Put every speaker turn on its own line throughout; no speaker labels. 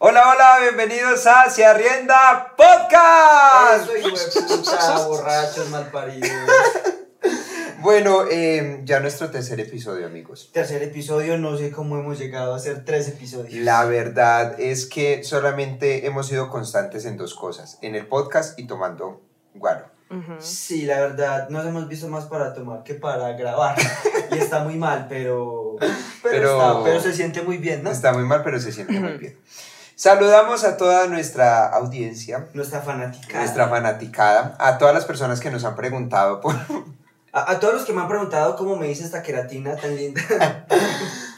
Hola, hola, bienvenidos a Se Arrienda Podcast.
Eso, hueputa, borrachos, malparidos.
Bueno, eh, ya nuestro tercer episodio, amigos.
Tercer episodio, no sé cómo hemos llegado a hacer tres episodios.
La verdad es que solamente hemos sido constantes en dos cosas, en el podcast y tomando guaro.
Sí, la verdad, nos hemos visto más para tomar que para grabar. Y está muy mal, pero. Pero,
Pero-
está- pero se siente muy bien, ¿no?
Está muy mal, pero se siente muy bien. Saludamos a toda nuestra audiencia,
Nuestra fanática.
nuestra fanaticada, a todas las personas que nos han preguntado por...
A, a todos los que me han preguntado cómo me hice esta queratina tan linda.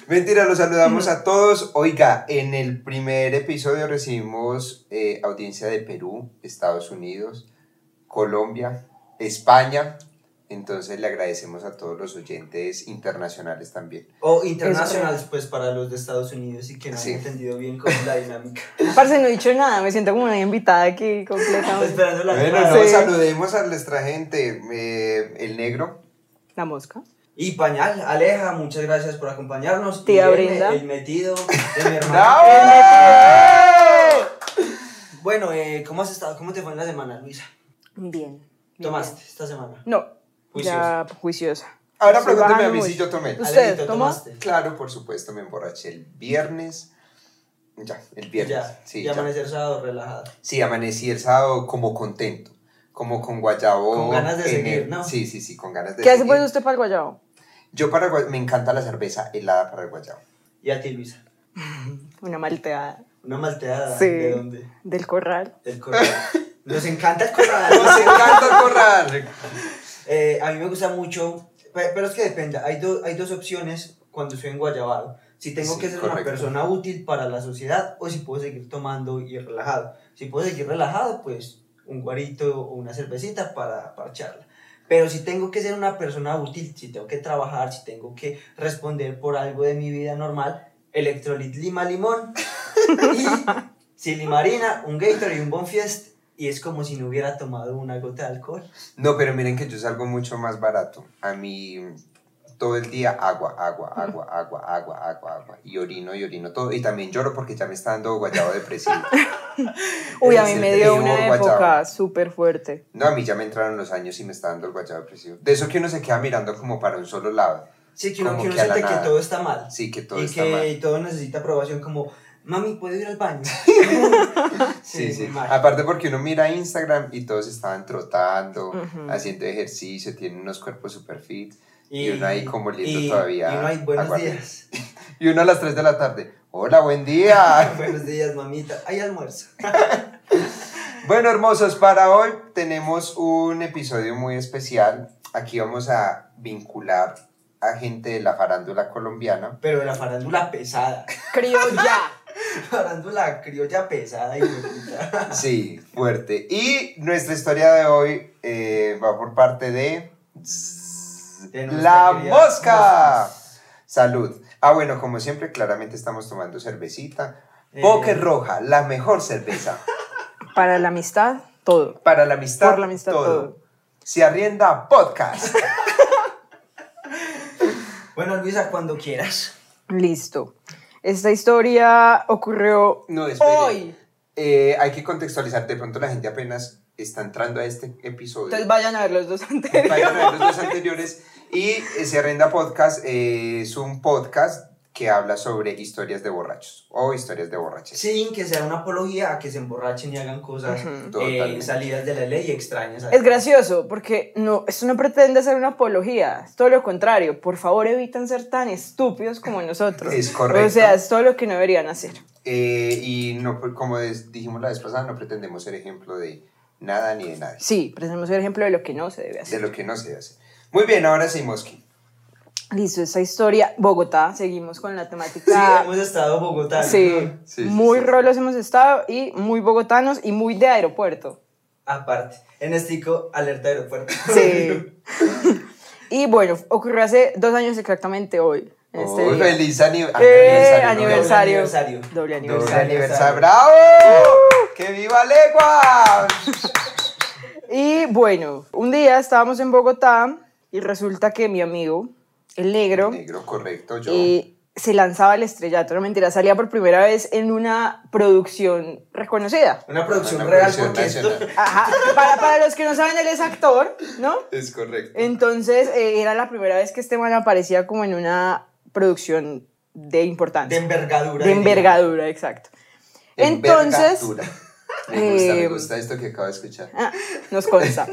Mentira, los saludamos a todos. Oiga, en el primer episodio recibimos eh, audiencia de Perú, Estados Unidos, Colombia, España. Entonces le agradecemos a todos los oyentes internacionales también.
O internacionales, pues, para los de Estados Unidos y que no
Sí.
han entendido bien cómo es la dinámica.
Parce, no he dicho nada, me siento como una invitada aquí
Estoy
completamente.
esperando la
Bueno,
llamada.
no,
Sí.
saludemos a nuestra gente, eh, el negro.
La mosca.
Y Pañal, Aleja, muchas gracias por acompañarnos.
Tía
Irene,
Brinda.
El metido, de mi hermano.
¡Bravo!
Bueno, eh, ¿cómo has estado? ¿Cómo te fue en la semana, Luisa?
Bien.
¿Tomaste esta semana?
No.
Juiciosa.
Ya juiciosa.
Ahora
Estoy
pregúntame a
bajando
mí
mucho.
si yo tomé.
¿Usted
Alejito,
tomó?
¿tomaste?
Claro, por supuesto, me emborraché el viernes. Ya, el viernes.
Ya,
sí,
y
ya.
amanecer sábado relajado.
Sí, amanecí el sábado como contento, como con guayabo.
Con ganas de
en
seguir,
el-
¿no?
Sí, sí, sí, con ganas de
¿Qué hace
seguir.
pues usted para el guayabo?
Yo para gua- me encanta la cerveza helada para el guayabo.
¿Y a ti, Luisa?
Una malteada
Una malteada.
Sí.
¿De dónde?
del corral.
Del corral. Nos encanta el corral.
¡Nos encanta el corral!
Eh, a mí me gusta mucho, pe- pero es que depende. Hay, do- hay dos opciones cuando estoy en Guayabado. Si tengo
Sí,
que ser una
correcto.
persona útil para la sociedad o si puedo seguir tomando y relajado. Si puedo seguir relajado, pues un guarito o una cervecita para parcharla. Pero si tengo que ser una persona útil, si tengo que trabajar, si tengo que responder por algo de mi vida normal, electrolit lima limón y silimarina, un Gator y un Bonfiest. Y es como si no hubiera tomado una gota de alcohol.
No, pero miren que yo salgo mucho más barato. A mí mm, todo el día agua, agua, agua, agua, agua, agua, agua. Y orino y orino todo. Y también lloro porque ya me está dando guayabo depresivo.
Uy, a
Es
mí
el
me dio una
peor guayabo.
época súper fuerte.
No, a mí ya me entraron los años y me está dando el guayabo depresivo. De eso que uno se queda mirando como para un solo lado.
Sí, que uno,
Como
que uno
que a la
siente que
nada.
todo está mal.
Sí, que todo
y
está
que
mal.
todo necesita aprobación, como, mami, ¿puedo ir al baño?
Sí, Ah, sí.
muy mal.
Aparte porque uno mira Instagram y todos estaban trotando,
Ujú.
haciendo ejercicio, tienen unos cuerpos super fit.
Y,
uno ahí como oliendo
y-
todavía
Y uno ahí, buenos
aguardiente".
días.
Y uno a las 3 de la tarde, hola, buen día.
buenos días, mamita. Hay almuerzo.
bueno, hermosos, para hoy tenemos un episodio muy especial. Aquí vamos a vincular a gente de la farándula colombiana.
Pero la farándula pesada.
Criolla.
Farándula criolla pesada y bonita.
Sí, fuerte. Y nuestra historia de hoy eh, va por parte de...
De nuestra
la
querida
mosca. Salud. Ah, bueno, como siempre, claramente estamos tomando cervecita.
Eh.
Poker Roja, la mejor cerveza.
Para la amistad, todo.
Para la amistad,
Por la amistad, todo.
Se arrienda podcast.
Bueno, Luisa, cuando quieras.
Listo. Esta historia ocurrió
No, espere.
hoy.
Eh, hay que contextualizar. De pronto la gente apenas está entrando a este episodio.
Entonces vayan a ver los dos
Vayan a ver los
anteriores.
dos anteriores. Y eh, Se Arrienda Podcast eh, es un podcast que habla sobre historias de borrachos o historias de borraches.
Sin que sea una apología a que se emborrachen y hagan cosas
Ujú.
eh,
Totalmente.
salidas de la ley y extrañas. a-
Es gracioso porque no, esto no pretende ser una apología, es todo lo contrario. Por favor, evitan ser tan estúpidos como nosotros.
Es correcto.
O sea, es todo lo que no deberían hacer.
Eh, y no, pues, como des- dijimos la vez pasada, no pretendemos ser ejemplo de nada ni de nadie,
Sí, presentamos el ejemplo de lo que no se debe
de
hacer.
lo que no se hace. Muy bien, ahora sí, Mosqui.
Listo, esta historia, Bogotá, seguimos con la
Sí,
temática.
hemos estado en Bogotá.
Sí,
Sí, sí,
muy
sí.
rolos hemos estado y muy bogotanos y muy de aeropuerto.
Aparte, en estico, alerta aeropuerto.
Sí. y bueno, ocurrió hace dos años exactamente hoy. en este
Uy,
día.
Oh, feliz ani-
Eh,
aniversario.
aniversario.
Doble
Doble aniversario.
Doble aniversario. Uh.
aniversario. ¡Bravo! ¡Que viva Legua!
Y bueno, un día estábamos en Bogotá y resulta que mi amigo, el negro,
Negro, correcto, yo.
eh, se lanzaba al estrellato, no mentira, salía por primera vez en una producción reconocida.
Una producción
Una
real
producción
porque esto-
nacional.
Ajá, para, para los que no saben, él es actor, ¿no?
Es correcto.
Entonces eh, era la primera vez que este man aparecía como en una producción de
de
importancia,
envergadura. diría.
de envergadura, exacto. Entonces,
Envergadura. Me gusta, me
eh,
gusta esto que acabo de escuchar.
Ah, nos consta.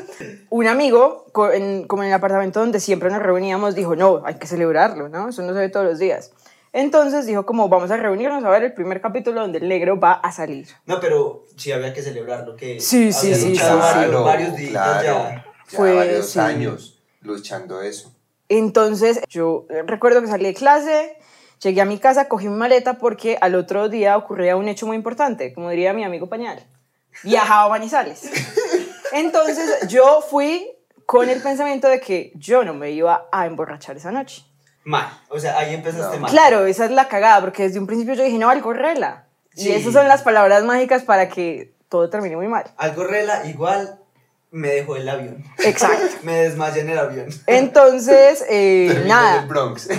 Un amigo, co- en- como en el apartamento donde siempre nos reuníamos, dijo, no, hay que celebrarlo, ¿no? Eso no se ve todos los días. Entonces dijo, como vamos a reunirnos a ver el primer capítulo donde el negro va a salir.
No, pero sí había que celebrarlo. Que
Sí, sí,
había
sí,
luchado
sí,
varios,
Claro,
varios días
claro.
ya.
Ya
Fue,
varios
sí.
años luchando eso.
Entonces yo recuerdo que salí de clase, llegué a mi casa, cogí mi maleta porque al otro día ocurría un hecho muy importante, como diría mi amigo Pañal. Viajaba a Manizales. Entonces yo fui con el pensamiento de que yo no me iba a emborrachar esa noche.
Mal. O sea, ahí empezaste
No.
mal.
Claro, esa es la cagada, porque desde un principio yo dije, no, algo rela.
Sí.
Y esas son las palabras mágicas para que todo termine muy mal.
Algo rela, igual me dejó el avión.
Exacto.
Me desmayé en el avión.
Entonces, eh,
Terminó en el
nada,
Bronx.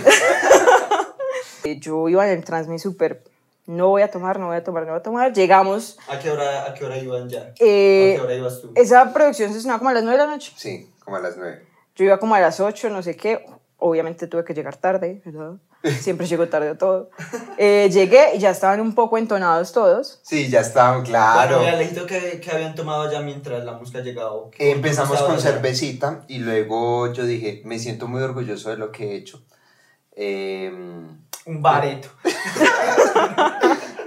Eh, yo iba en el transmis súper, no voy a tomar, no voy a tomar, no voy a tomar. Llegamos,
¿A qué hora, a qué hora iban ya?
eh,
¿A qué hora ibas tú?
esa producción se sonaba como a las 9 de la noche.
Sí, como a las nueve.
Yo iba como a las 8, no sé qué. Obviamente tuve que llegar tarde, ¿verdad? Siempre llego tarde a todo. Eh, llegué y ya estaban un poco entonados todos.
Sí, ya estaban, claro.
Bueno, el alejito que, que habían tomado ya mientras la música llegaba. o que-
Empezamos
o
con
estaba-
cervecita y luego yo dije, me siento muy orgulloso de lo que he hecho. Eh,
Un bareto.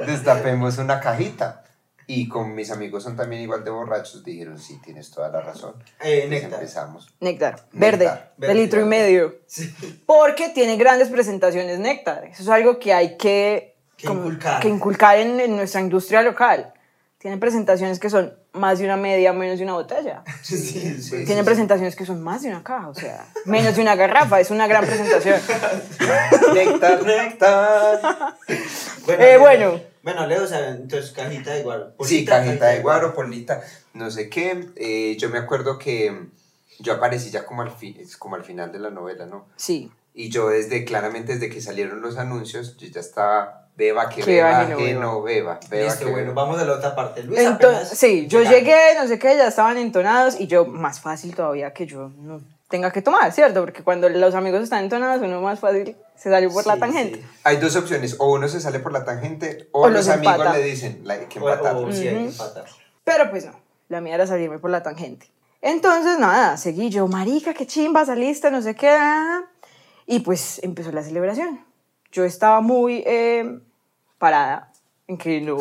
destapemos una cajita. Y con mis amigos son también igual de borrachos, dijeron, sí, tienes toda la razón.
Eh,
Entonces
néctar.
empezamos.
Néctar, verde,
Néctar,
de
verde,
litro y
verde.
medio.
Sí.
porque tiene grandes presentaciones Néctar. Eso es algo que hay que,
Que inculcar.
que inculcar en, en nuestra industria local. Tiene presentaciones que son más de una media, menos de una botella.
Sí, sí, sí.
Tiene presentaciones que son más de una caja, o sea, menos de una garrafa. Es una gran presentación.
Néctar, néctar.
Bueno,
Eh,
Leo,
bueno.
Bueno, Leo, o sea, entonces cajita de guaro.
Sí,
Polita,
cajita de guaro, polita, no sé qué. Eh, yo me acuerdo que yo aparecí ya como al, fin, es como al final de la novela, ¿no?
Sí,
Y yo desde, claramente desde que salieron los anuncios, yo ya estaba, beba que
Que
beba,
beba, que no
que
beba.
no beba, beba
Listo,
que
bueno,
beba.
vamos a la otra parte. Luis,
Entonces,
Pues apenas
sí, yo
llegaba.
llegué, no sé qué, ya estaban entonados y yo, más fácil todavía que yo no tenga que tomar, ¿cierto? Porque cuando los amigos están entonados, uno más fácil se salió por la
Sí,
tangente.
sí.
Hay dos opciones, o uno se sale por la tangente, o,
O
los
los
amigos
empata.
le dicen la- que
O-
empatar.
o Oh, sí, hay que empatar.
Pero pues no, la mía era salirme por la tangente. Entonces, nada, seguí yo, marica, qué chimba, saliste, no sé qué. ah, Y pues empezó la celebración. Yo estaba muy eh, parada en que no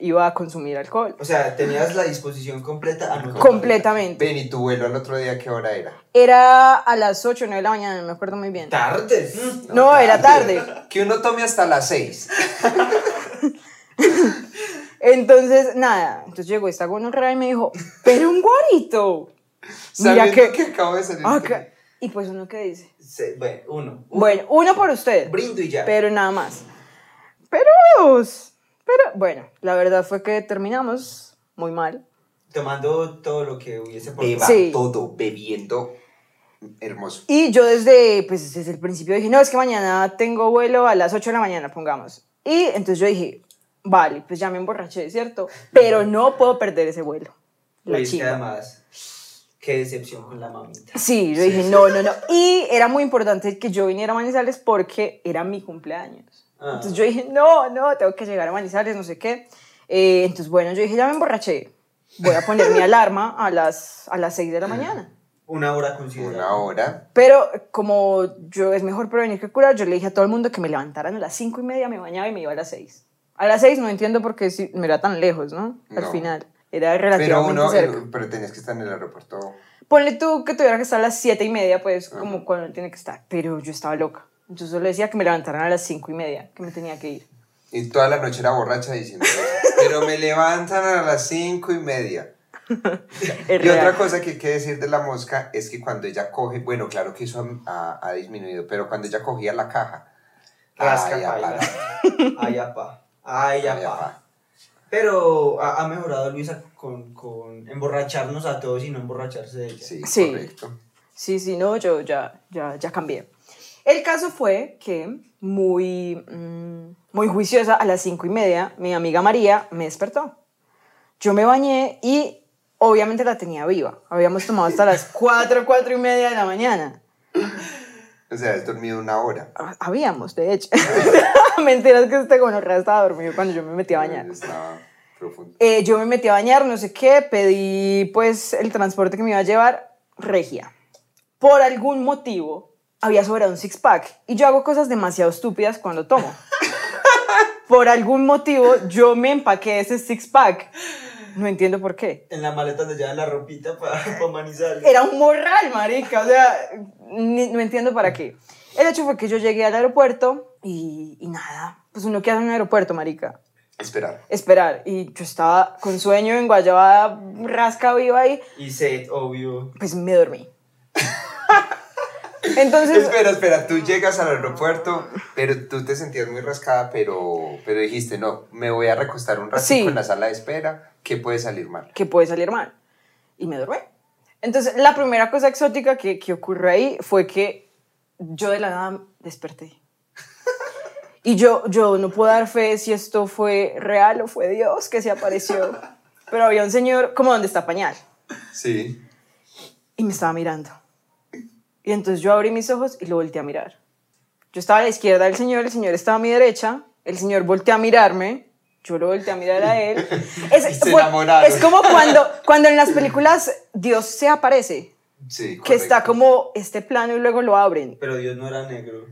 iba a consumir alcohol.
O sea, tenías la disposición completa a no tomar.
Completamente.
Ven, ¿y tu vuelo al otro día qué hora era?
Era a las 8 o 9 de la mañana, no me acuerdo muy bien.
Tarde.
No, era tarde.
Que uno tome hasta las 6.
Entonces, nada, entonces llegó esta gonorrea y me dijo, pero un guarito. Mira
Mira que,
que... Ah,
acabo de salir.
Acá. Y pues uno que dice.
Sí, bueno, uno. Un
Bueno, uno por usted.
Brindo y ya.
Pero nada más. Pero, pero bueno, la verdad fue que terminamos muy mal.
Tomando todo lo que hubiese por
Beba
Sí.
todo, bebiendo. Hermoso.
Y yo desde, pues, desde el principio dije, no, es que mañana tengo vuelo a las 8 de la mañana, pongamos. Y entonces yo dije, vale, pues ya me emborraché, ¿cierto? Pero no puedo perder ese vuelo. La
Uy, es que
chica.
además, qué decepción con la mamita.
Sí, yo dije, no, no, no. Y era muy importante que yo viniera a Manizales porque era mi cumpleaños.
Ah.
Entonces yo dije, no, no, tengo que llegar a Manizales, no sé qué. Eh, entonces, bueno, yo dije, ya me emborraché. Voy a poner mi alarma a las, a las 6 de la mañana.
Una hora
Una
considerable.
hora.
Pero como yo es mejor prevenir que curar, yo le dije a todo el mundo que me levantaran a las 5 y media, me bañaba y me iba a las 6. A las 6 no entiendo por qué si- me era tan lejos, ¿no? Al
No.
final. Era
Pero
relativamente
uno, eh,
cerca.
pero tenías que estar en el aeropuerto.
Ponle tú que tuviera que estar a las 7 y media, pues, como cuando uno tiene que estar. Pero yo estaba loca. Entonces solo decía que me levantaran a las 5 y media, que me tenía que ir.
Y toda la noche era borracha diciendo eso. Pero me levantan a las cinco y media.
Es
Y
real.
otra cosa que hay que decir de la mosca es que cuando ella coge, bueno, claro que eso ha, ha disminuido, pero cuando ella cogía la caja,
Rasca,
ay,
paila.
apá,
Ay, apá. Ay,
ay,
apá.
apá.
Pero ha, ha mejorado Luisa con, con emborracharnos a todos y no emborracharse de ella.
Sí,
Sí.
correcto.
Sí, sí, no, yo ya, ya, ya cambié. El caso fue que muy, mm, muy juiciosa a las cinco y media mi amiga María me despertó. Yo me bañé y obviamente la tenía viva. Habíamos tomado hasta las cuatro, cuatro y media de la mañana.
O sea, has dormido una hora.
Habíamos, de hecho. Mentiras que este gonorrea estaba dormido cuando yo me metí a bañar.
Estaba profundo.
Eh, yo me metí a bañar, no sé qué, pedí pues el transporte que me iba a llevar, regia. Por algún motivo había sobrado un six-pack y yo hago cosas demasiado estúpidas cuando tomo. por algún motivo yo me empaqué ese six-pack. No entiendo por qué.
En la maleta donde llevan la ropita para, para manizales.
Era un morral, marica. O sea, ni- no entiendo para qué. El hecho fue que yo llegué al aeropuerto y, y nada. Pues uno queda en un aeropuerto, marica.
Esperar.
Esperar. Y yo estaba con sueño en Guayaba, rasca viva ahí.
Y set, obvio.
Pues me dormí. Entonces,
Espera, espera, tú llegas al aeropuerto, pero tú te sentías muy rascada, pero, pero dijiste, no, me voy a recostar un ratito
Sí.
en la sala de espera, que puede salir mal.
que puede salir mal. Y me dormí. Entonces, la primera cosa exótica que, que ocurrió ahí fue que yo de la nada desperté. Y yo, yo no puedo dar fe si esto fue real o fue Dios que se apareció. Pero había un señor, como donde está Pañal,
Sí.
y me estaba mirando. Y entonces yo abrí mis ojos y lo volteé a mirar. Yo estaba a la izquierda del señor, el señor estaba a mi derecha, el señor volteó a mirarme, yo lo volteé a mirar a él. Es,
Y se enamoraron.
es como cuando, cuando en las películas Dios se aparece,
Sí,
que está
correcto.
como este plano y luego lo abren.
Pero Dios no era negro.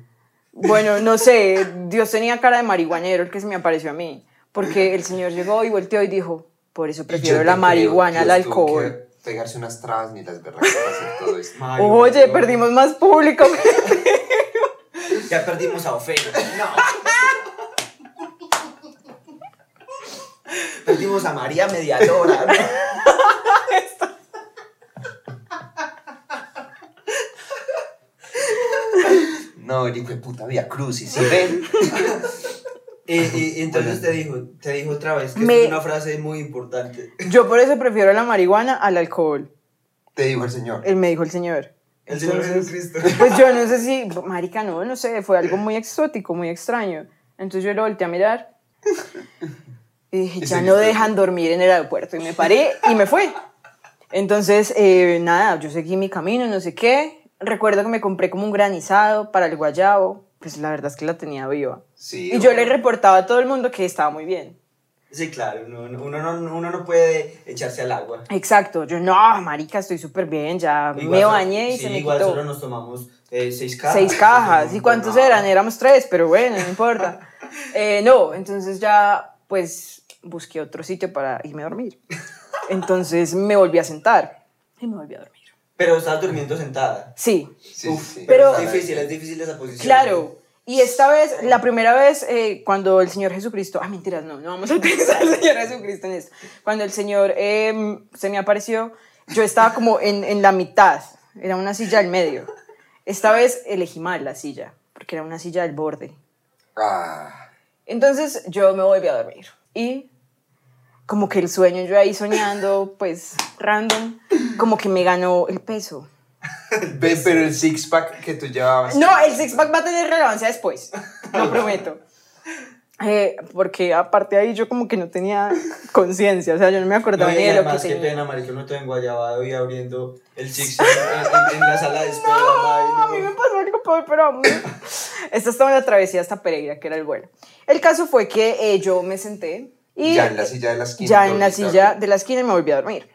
Bueno, no sé, Dios tenía cara de marihuanero el que se me apareció a mí, porque el señor llegó y volteó y dijo, por eso
Y
prefiero
yo
la
te
marihuana
creo,
al
Dios tuvo que
alcohol.
Pegarse unas trabas ni las berracas para hacer todo esto.
Ay,
Oye,
no.
perdimos más público.
Ya perdimos a Ofelia. No. perdimos a María Mediadora. ¿no?
No, el hijo de puta vía cruz, y si ven.
Y, y- y entonces te dijo, te dijo otra vez que
Me-
es una frase muy importante.
Yo por eso prefiero la marihuana al alcohol.
Te dijo el señor.
Él me dijo el señor.
El Señor
Entonces,
Jesucristo.
Pues yo no sé si, marica, no, no sé, fue algo muy exótico, muy extraño. Entonces yo lo volteé a mirar y dije,
Y
ya
seguiste.
no dejan dormir en el aeropuerto. Y me paré y me fui. Entonces, eh, nada, yo seguí mi camino, no sé qué. Recuerdo que me compré como un granizado para el guayabo. Pues la verdad es que la tenía viva.
Sí.
Y yo le reportaba a todo el mundo que estaba muy bien.
Sí, claro, uno, no- uno, no, uno no puede echarse al agua.
Exacto, yo no, marica, estoy súper bien, ya
Igual
me
solo-
bañé y
sí,
se me
igual
quitó.
solo nos tomamos eh, seis cajas.
Seis cajas. ¿Y cuántos
No.
eran? Éramos tres, pero bueno, no importa. Eh, no, entonces ya pues busqué otro sitio para irme a dormir. Entonces me volví a sentar y me volví a dormir.
Pero estabas durmiendo sentada.
Sí,
Sí,
Uf,
sí, sí.
pero-
es difícil, es difícil esa posición.
claro. Y esta vez, la primera vez, eh, cuando el Señor Jesucristo, ah, mentiras, no, no vamos a pensar al Señor Jesucristo en esto. Cuando el Señor eh, se me apareció, yo estaba como en, en la mitad, era una silla al medio. Esta vez elegí mal la silla, porque era una silla al borde.
Ah,
Entonces yo me volví a dormir y como que el sueño yo ahí soñando, pues random, como que me ganó el peso.
ve, pero el six pack que tú llevabas.
No, el six pack va a tener relevancia después, lo prometo. Eh, porque aparte ahí yo como que no tenía conciencia, o sea, yo no me
No,
acordaba
y
ni de lo que
además, qué
tenía.
pena, marica, uno todo enguayabado y abriendo el six en, en- en la sala de espera. ay,
No, a mí me pasó algo peor, pero a mí- esta estaba en la travesía hasta Pereira, que era el vuelo. El caso fue que eh, yo me senté y
Ya en la silla de la esquina.
Ya
te
en la
volviste a
silla
dormir.
de la esquina y me volví a dormir.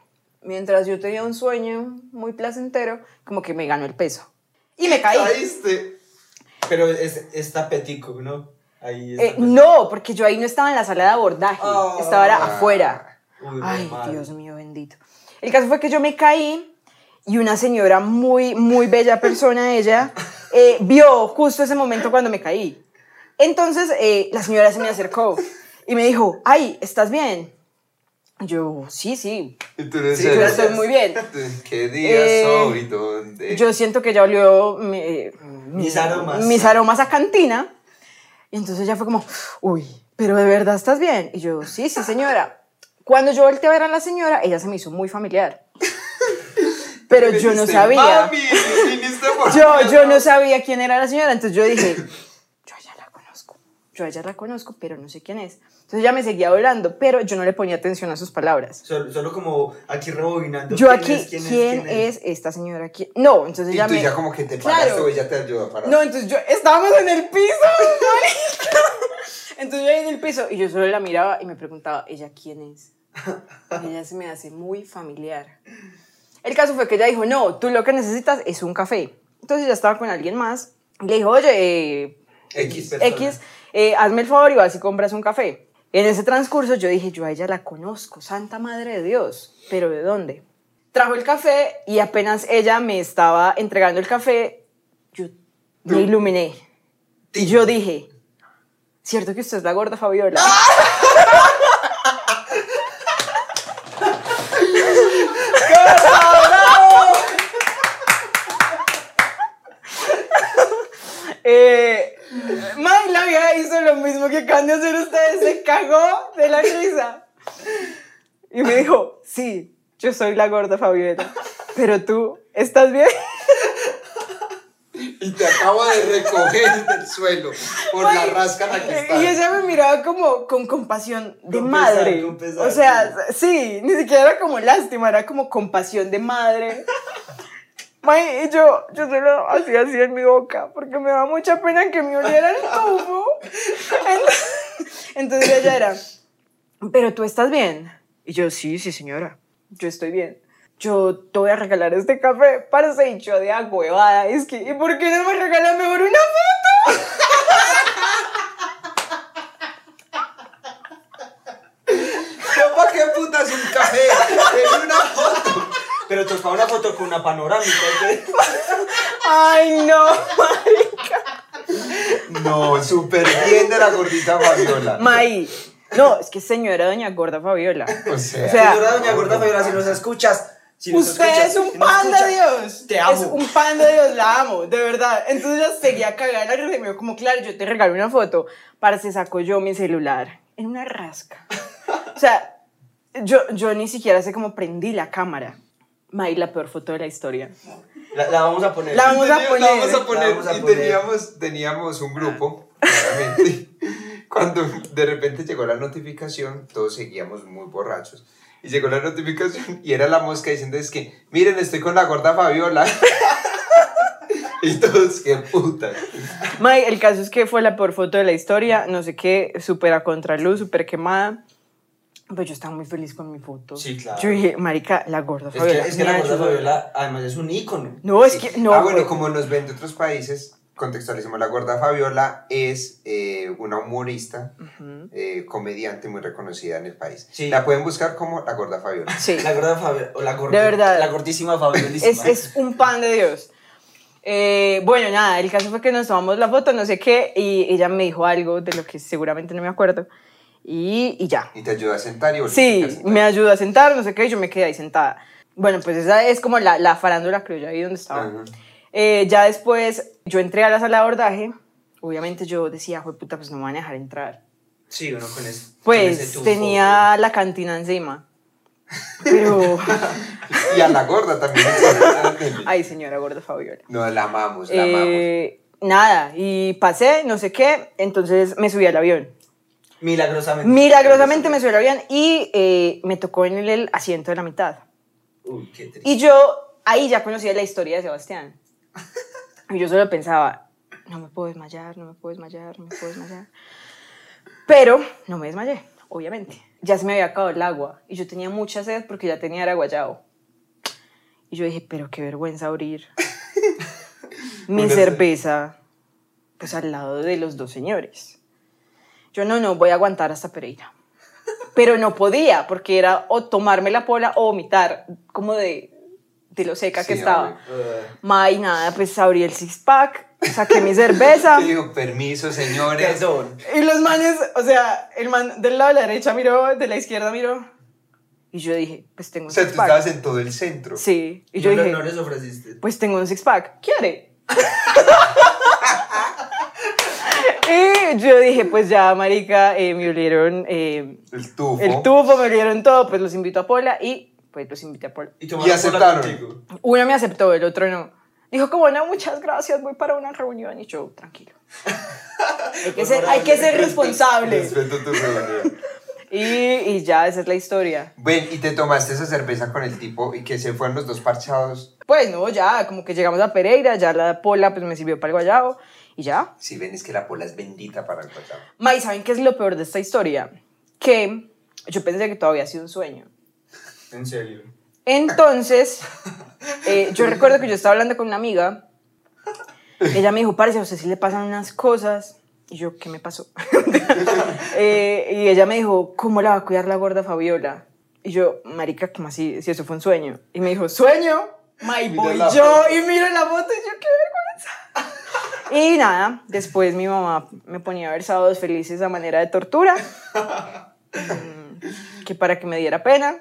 Mientras yo tenía un sueño muy placentero, como que me ganó el peso. Y me caí.
Caíste.
Pero es, es tapetico, ¿no? Ahí está.
Eh, no, porque yo ahí no estaba en la sala de abordaje,
Ah.
estaba era afuera.
Uy,
Ay,
normal.
Dios mío, bendito. El caso fue que yo me caí y una señora muy, muy bella persona, ella, eh, vio justo ese momento cuando me caí. Entonces eh, la señora se me acercó y me dijo, ay, ¿estás bien? Y Yo, sí, sí,
Y tú no
Sí,
sabes.
yo estoy muy bien.
¿Qué día
Eh,
soy? ¿Dónde?
Yo siento que ya olió mi- eh,
Mis aromas.
mis aromas a cantina. Y entonces ya fue como, uy, pero de verdad estás bien. Y yo, sí, sí, señora. Cuando yo volteé a ver a la señora, ella se me hizo muy familiar. Pero yo no
Dijiste,
sabía.
Mami, viniste por
yo, yo no sabía quién era la señora, entonces yo dije, yo ya la conozco, yo ya la conozco, pero no sé quién es. Entonces ya me seguía hablando, pero yo no le ponía atención a sus palabras.
Solo, solo como aquí rebobinando.
Yo
¿quién
aquí,
es,
¿quién, es, esta señora? ¿Quién? No, entonces
Y
ya
tú
me...
ya como que te
Claro.
paraste güey, ya te ayudó a parar.
No, entonces yo estábamos en el piso. marica. entonces yo ahí en el piso y yo solo la miraba y me preguntaba, ¿ella quién es? Ella se me hace muy familiar. El caso fue que ella dijo, no, tú lo que necesitas es un café. Entonces ya estaba con alguien más. y Le dijo, oye, eh,
X.
X. persona.
X, eh, hazme el favor y vas y compras un café. En ese transcurso yo dije, yo a ella la conozco, santa madre de Dios, pero ¿de dónde? Trajo el café y apenas ella me estaba entregando el café, yo me iluminé. Y yo dije, ¡Ah! ¿cierto que usted es la gorda Fabiola? Eh, May, la vieja hizo lo mismo que acaban de hacer ustedes, se cagó de la risa. Y me dijo, sí, yo soy la gorda Fabiola, pero tú, ¿estás bien?
Y te acabo de recoger del suelo por la rasca en la que
Y
estás.
ella me miraba como con compasión de
Con pesar,
madre.
con pesar,
o sea, sí, ni siquiera era como lástima, era como compasión de madre. May, y yo, yo solo hacía así en mi boca, porque me da mucha pena que me oliera el tubo. Entonces, entonces ella era, pero tú estás bien. Y yo, sí, sí, señora, yo estoy bien. Yo te voy a regalar este café para ese yo de agüevada. Es que, ¿y por qué no me regala mejor una
Yo, ¿Para qué putas un café? En una foto.
Pero tocaba una foto con una panorámica. ¿ok?
Ay, no,
No, súper bien de la gordita Fabiola.
May. No, es que señora doña gorda Fabiola.
O sea,
O sea,
Señora Doña Gorda Fabiola, si nos escuchas. Si nos
Usted
escuchas,
es un
si nos
pan de
escuchas,
Dios.
Te amo.
Es un pan de Dios, la amo, de verdad. Entonces yo seguía cagada y me dijo como, claro, yo te regalo una foto. Para se sacó yo mi celular en una rasca. O sea, yo, yo ni siquiera sé cómo prendí la cámara. May, la peor foto de la historia.
La, la vamos a poner.
La vamos a
Tenía-
poner.
La vamos a poner.
La vamos a
y
poner.
teníamos, teníamos un grupo, claramente. Cuando de repente llegó la notificación, todos seguíamos muy borrachos. Y llegó la notificación y era la mosca diciendo, es que, miren, estoy con la gorda Fabiola. y todos, qué putas.
May, el caso es que fue la peor foto de la historia, no sé qué, súper a contraluz, súper quemada. Pues yo estaba muy feliz con mi foto.
Sí, claro.
Yo dije, marica, la gorda
que-
Fabiola.
Es que la
me
Gorda
ayudó".
Fabiola, además, es un ícono.
No, es que, no.
ah, bueno,
güey.
como nos ven de otros países, contextualicemos, la gorda Fabiola es eh, una humorista, eh, comediante muy reconocida en el país.
Sí.
La pueden buscar como la gorda Fabiola.
Sí,
La gorda Fabiola. o La gorda,
De verdad.
La gordísima Fabiolísima.
es, es un pan de Dios. Eh, bueno, nada, el caso fue que nos tomamos la foto, no sé qué, y ella me dijo algo de lo que seguramente no me acuerdo, y, y ya.
Y te ayuda a sentar y volver a
Sí,
sentar.
me ayudó a sentar, no sé qué, y yo me quedé ahí sentada. Bueno, pues esa es como la, la farándula creo yo ahí donde estaba.
Ajá.
Eh, ya después yo entré a la sala de abordaje. Obviamente yo decía, "Jue puta, pues no me van a dejar entrar.
Sí, uno con ese. con ese
Pues
tufo,
tenía la cantina encima. Pero,
Y a la gorda también.
ay señora gorda Fabiola.
no, la amamos, la amamos.
Eh, nada, y pasé, no sé qué, entonces me subí al avión.
güey. Milagrosamente.
Milagrosamente me subí al avión y eh, me tocó en el- el asiento de la mitad.
Uy, qué triste.
Y yo ahí ya conocía la historia de Sebastián. Y yo solo pensaba, no me puedo desmayar, no me puedo desmayar, no me puedo desmayar. Pero no me desmayé, obviamente. Ya se me había acabado el agua y yo tenía mucha sed porque ya tenía era guayao. Y yo dije, pero qué vergüenza abrir mi
Una
cerveza pues al lado de los dos señores. Yo no, no, voy a aguantar hasta Pereira. Pero no podía, porque era o tomarme la pola o vomitar, como de, de lo seca que
Sí,
estaba.
obvio.
Uh,
Ma, y nada, pues abrí el six-pack, saqué mi cerveza.
Te digo, permiso, señores.
perdón.
y los manes, o sea, el man del lado de la derecha miró, de la izquierda miró. Y yo dije, pues tengo
O
un
sea, tú
six-pack.
estabas en todo el centro.
Sí, y
Y
yo
no,
dije,
no les ofreciste.
pues tengo un six pack, ¿quiere? y yo dije, pues ya, marica, eh, me olieron eh,
El tufo.
el tubo, me olieron todo, pues los invito a Pola y pues los invité a Pola.
Y tomaron
Y
cola
aceptaron.
contigo.
Uno me aceptó, el otro no. Dijo como, no, muchas gracias, voy para una reunión. Y yo, tranquilo. Hay que ser, hay que ser responsable.
Respeto tu reunión.
Y, y ya, esa es la historia.
Ven, y te tomaste esa cerveza con el tipo y que se fueron los dos parchados.
Pues no, ya, como que llegamos a Pereira, ya la pola pues me sirvió para el guayabo y ya.
Si ven, es que la pola es bendita para el guayabo.
Ma, ¿y saben qué es lo peor de esta historia? Que yo pensé que todavía ha sido un sueño.
En serio.
Entonces, eh, yo recuerdo que yo estaba hablando con una amiga. y Ella me dijo, parece, a usted sí le pasan unas cosas. Y yo, ¿qué me pasó? Eh, y ella me dijo, ¿cómo la va a cuidar la gorda Fabiola? Y yo, marica, ¿cómo así? Si eso fue un sueño. Y me dijo, ¿sueño? My
Mira
boy,
la
yo.
foto.
Y miro la foto y yo, qué vergüenza. Y nada, después mi mamá me ponía a ver sábados felices a manera de tortura. Mm, que para que me diera pena.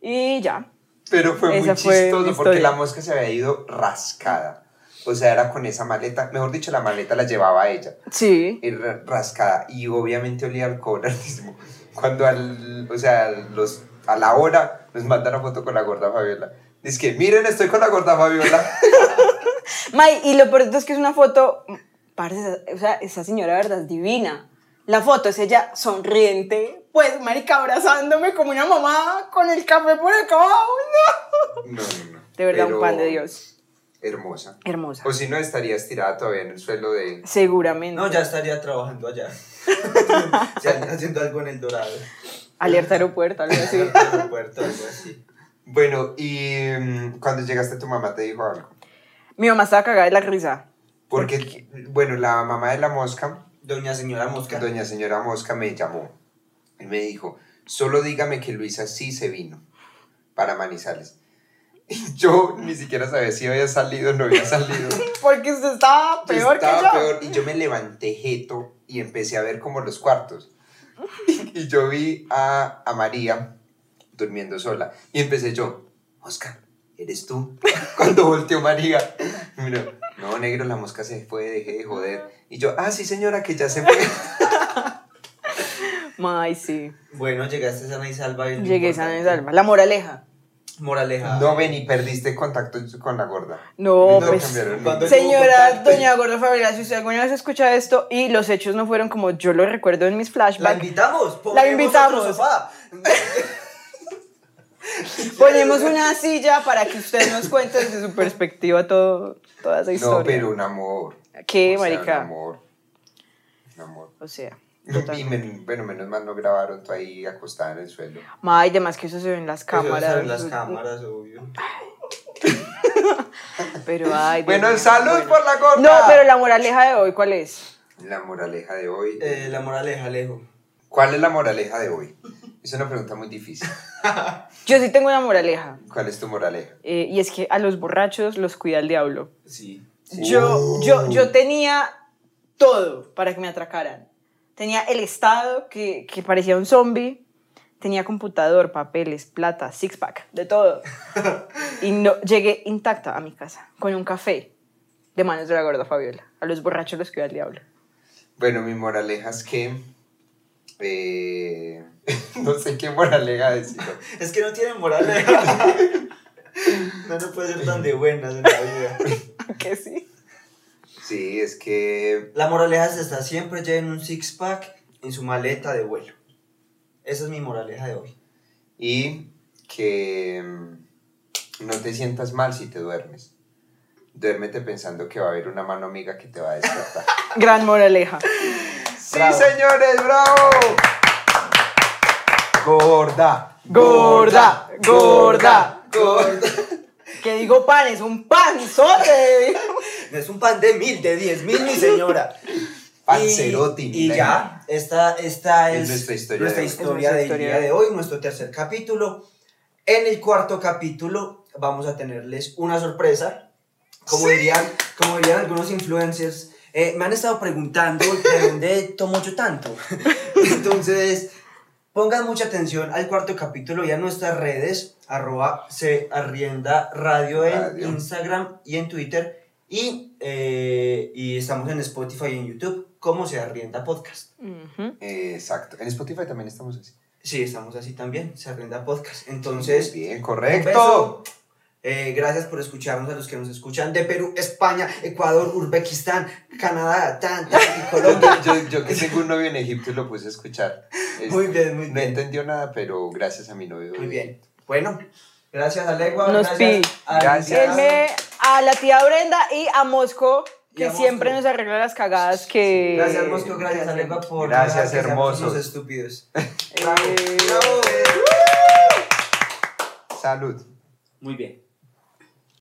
Y ya.
Pero fue
Esa
muy
fue mi
chistoso porque
historia.
la mosca se había ido rascada. O sea, era con esa maleta, mejor dicho, la maleta la llevaba ella,
Sí.
y ra- rascada. Y obviamente olía alcohol hartísimo. Cuando al, o sea, los, a la hora nos mandan la foto con la gorda Fabiola. Dice que, miren, estoy con la gorda Fabiola.
May, y lo peor de todo es que es una foto. Parece, o sea, esa señora, de verdad, es divina. La foto es ella sonriente, pues, marica, abrazándome como una mamá con el café por acá abajo. ¡No!
No, no, no.
De verdad,
Pero
un pan de Dios.
Hermosa.
Hermosa.
O si no, estarías tirada todavía en el suelo de...
Seguramente.
No, ya estaría trabajando allá. ya haciendo algo en el Dorado.
Alerta aeropuerto, algo así.
En el aeropuerto, algo así.
Bueno, y mm, cuando llegaste tu mamá te dijo algo.
Mi mamá estaba cagada de la risa.
Porque, bueno, la mamá de la mosca,
Doña señora Mosca.
doña señora mosca, me llamó y me dijo, solo dígame que Luisa sí se vino para Manizales. Y yo ni siquiera sabía si había salido o no había salido.
Porque usted estaba peor
Estaba
que yo.
peor, y yo me levanté jeto y empecé a ver como los cuartos. Y, yo vi a, a María durmiendo sola. Y empecé yo, Mosca, ¿eres tú? Cuando volteó María. y miró, no, negro, la mosca se fue, dejé de joder. Y yo, ah, sí, señora, que ya se fue.
May, sí.
Bueno, llegaste sana y salva. es lo
Llegué sana
importante.
y salva. La moraleja.
Moraleja.
No, ven, y perdiste contacto con la gorda.
No,
No,
pues.
cambiaron el
cuando-
nombre.
Señora
contacto.
Doña Gorda Fabiola, si usted alguna vez escucha esto y los hechos no fueron como yo lo recuerdo en mis
La
flashbacks,
invitamos.
La invitamos.
otro sofá.
ponemos una silla para que usted nos cuente desde su perspectiva todo, toda esa historia.
No, pero un amor.
¿Qué,
O sea,
marica?
Un amor. Un amor.
O sea,
Y
totalmente.
men- bueno, menos mal no grabaron tú ahí acostada en el suelo.
Ma, y demás que eso se ve en las cámaras.
Cámaras. Las cámaras, obvio.
Pero, ay, Dios
Bueno,
mío,
salud
bueno.
por la gorda.
No, pero la moraleja de hoy, ¿cuál es?
La moraleja de hoy.
Eh, la moraleja, Alejo.
¿Cuál es la moraleja de hoy? Es una pregunta muy difícil.
Yo sí tengo una moraleja.
¿Cuál es tu moraleja?
eh, y es que a los borrachos los cuida el diablo.
Sí.
Yo, yo, yo tenía todo para que me atracaran. Tenía el estado que, que parecía un zombie. Tenía computador, papeles, plata, six-pack, de todo. Y no, llegué intacta a mi casa con un café de manos de la gorda Fabiola. A los borrachos los cuida el diablo.
Bueno, mi moraleja es que... eh, no sé qué moraleja decir.
Es que no tiene moraleja. no, no puede ser tan de buenas en la vida.
Que sí.
Sí, es que...
La moraleja es esta, siempre lleven un six pack en su maleta de vuelo. Esa es mi moraleja de hoy.
Y que mm, no te sientas mal si te duermes. Duérmete pensando que va a haber una mano amiga que te va a despertar.
Gran moraleja.
¡Sí,
Bravo.
señores! ¡Bravo! Gorda.
Gorda, gorda,
gorda.
Que digo pan, es un panzote.
No es un pan de mil, de diez mil, mi señora.
Panzerotti,
Y, y
la-
ya, esta, esta
Es
es,
nuestra historia
nuestra
de hoy.
historia
Es nuestra
del
historia.
día de hoy, nuestro tercer capítulo. En el cuarto capítulo vamos a tenerles una sorpresa. Como, dirían, como dirían algunos influencers, eh, me han estado preguntando de dónde tomo yo tanto. Entonces, pongan mucha atención al cuarto capítulo y a nuestras redes, arroba se arrienda radio en
Radio.
Instagram y en Twitter. Y, eh, y estamos en Spotify y en YouTube, como se arrienda podcast.
Ujú.
Exacto. En Spotify también estamos así.
Sí, estamos así también, se arrienda podcast. Entonces,
Bien,
un
correcto.
beso, Eh, gracias por escucharnos a los que nos escuchan de Perú, España, Ecuador, Uzbekistán, Canadá, tan, tan, y Colombia.
Yo, yo- yo que tengo un novio en Egipto y lo puse a escuchar. Es-
Muy bien, muy
No
bien.
entendió nada, pero gracias a mi novio.
Muy bien. Bueno, gracias a Legua,
Nos
gracias
pi-
a
Gracias.
Luciano.
Denme a la tía Brenda y a Mosco, que
Y a
siempre
Mosco.
nos arregla las cagadas que...
Gracias, Mosco, gracias a Legua por
Gracias,
que seamos
hermosos.
unos estúpidos.
Eh,
Bravo.
Salud.
Muy bien.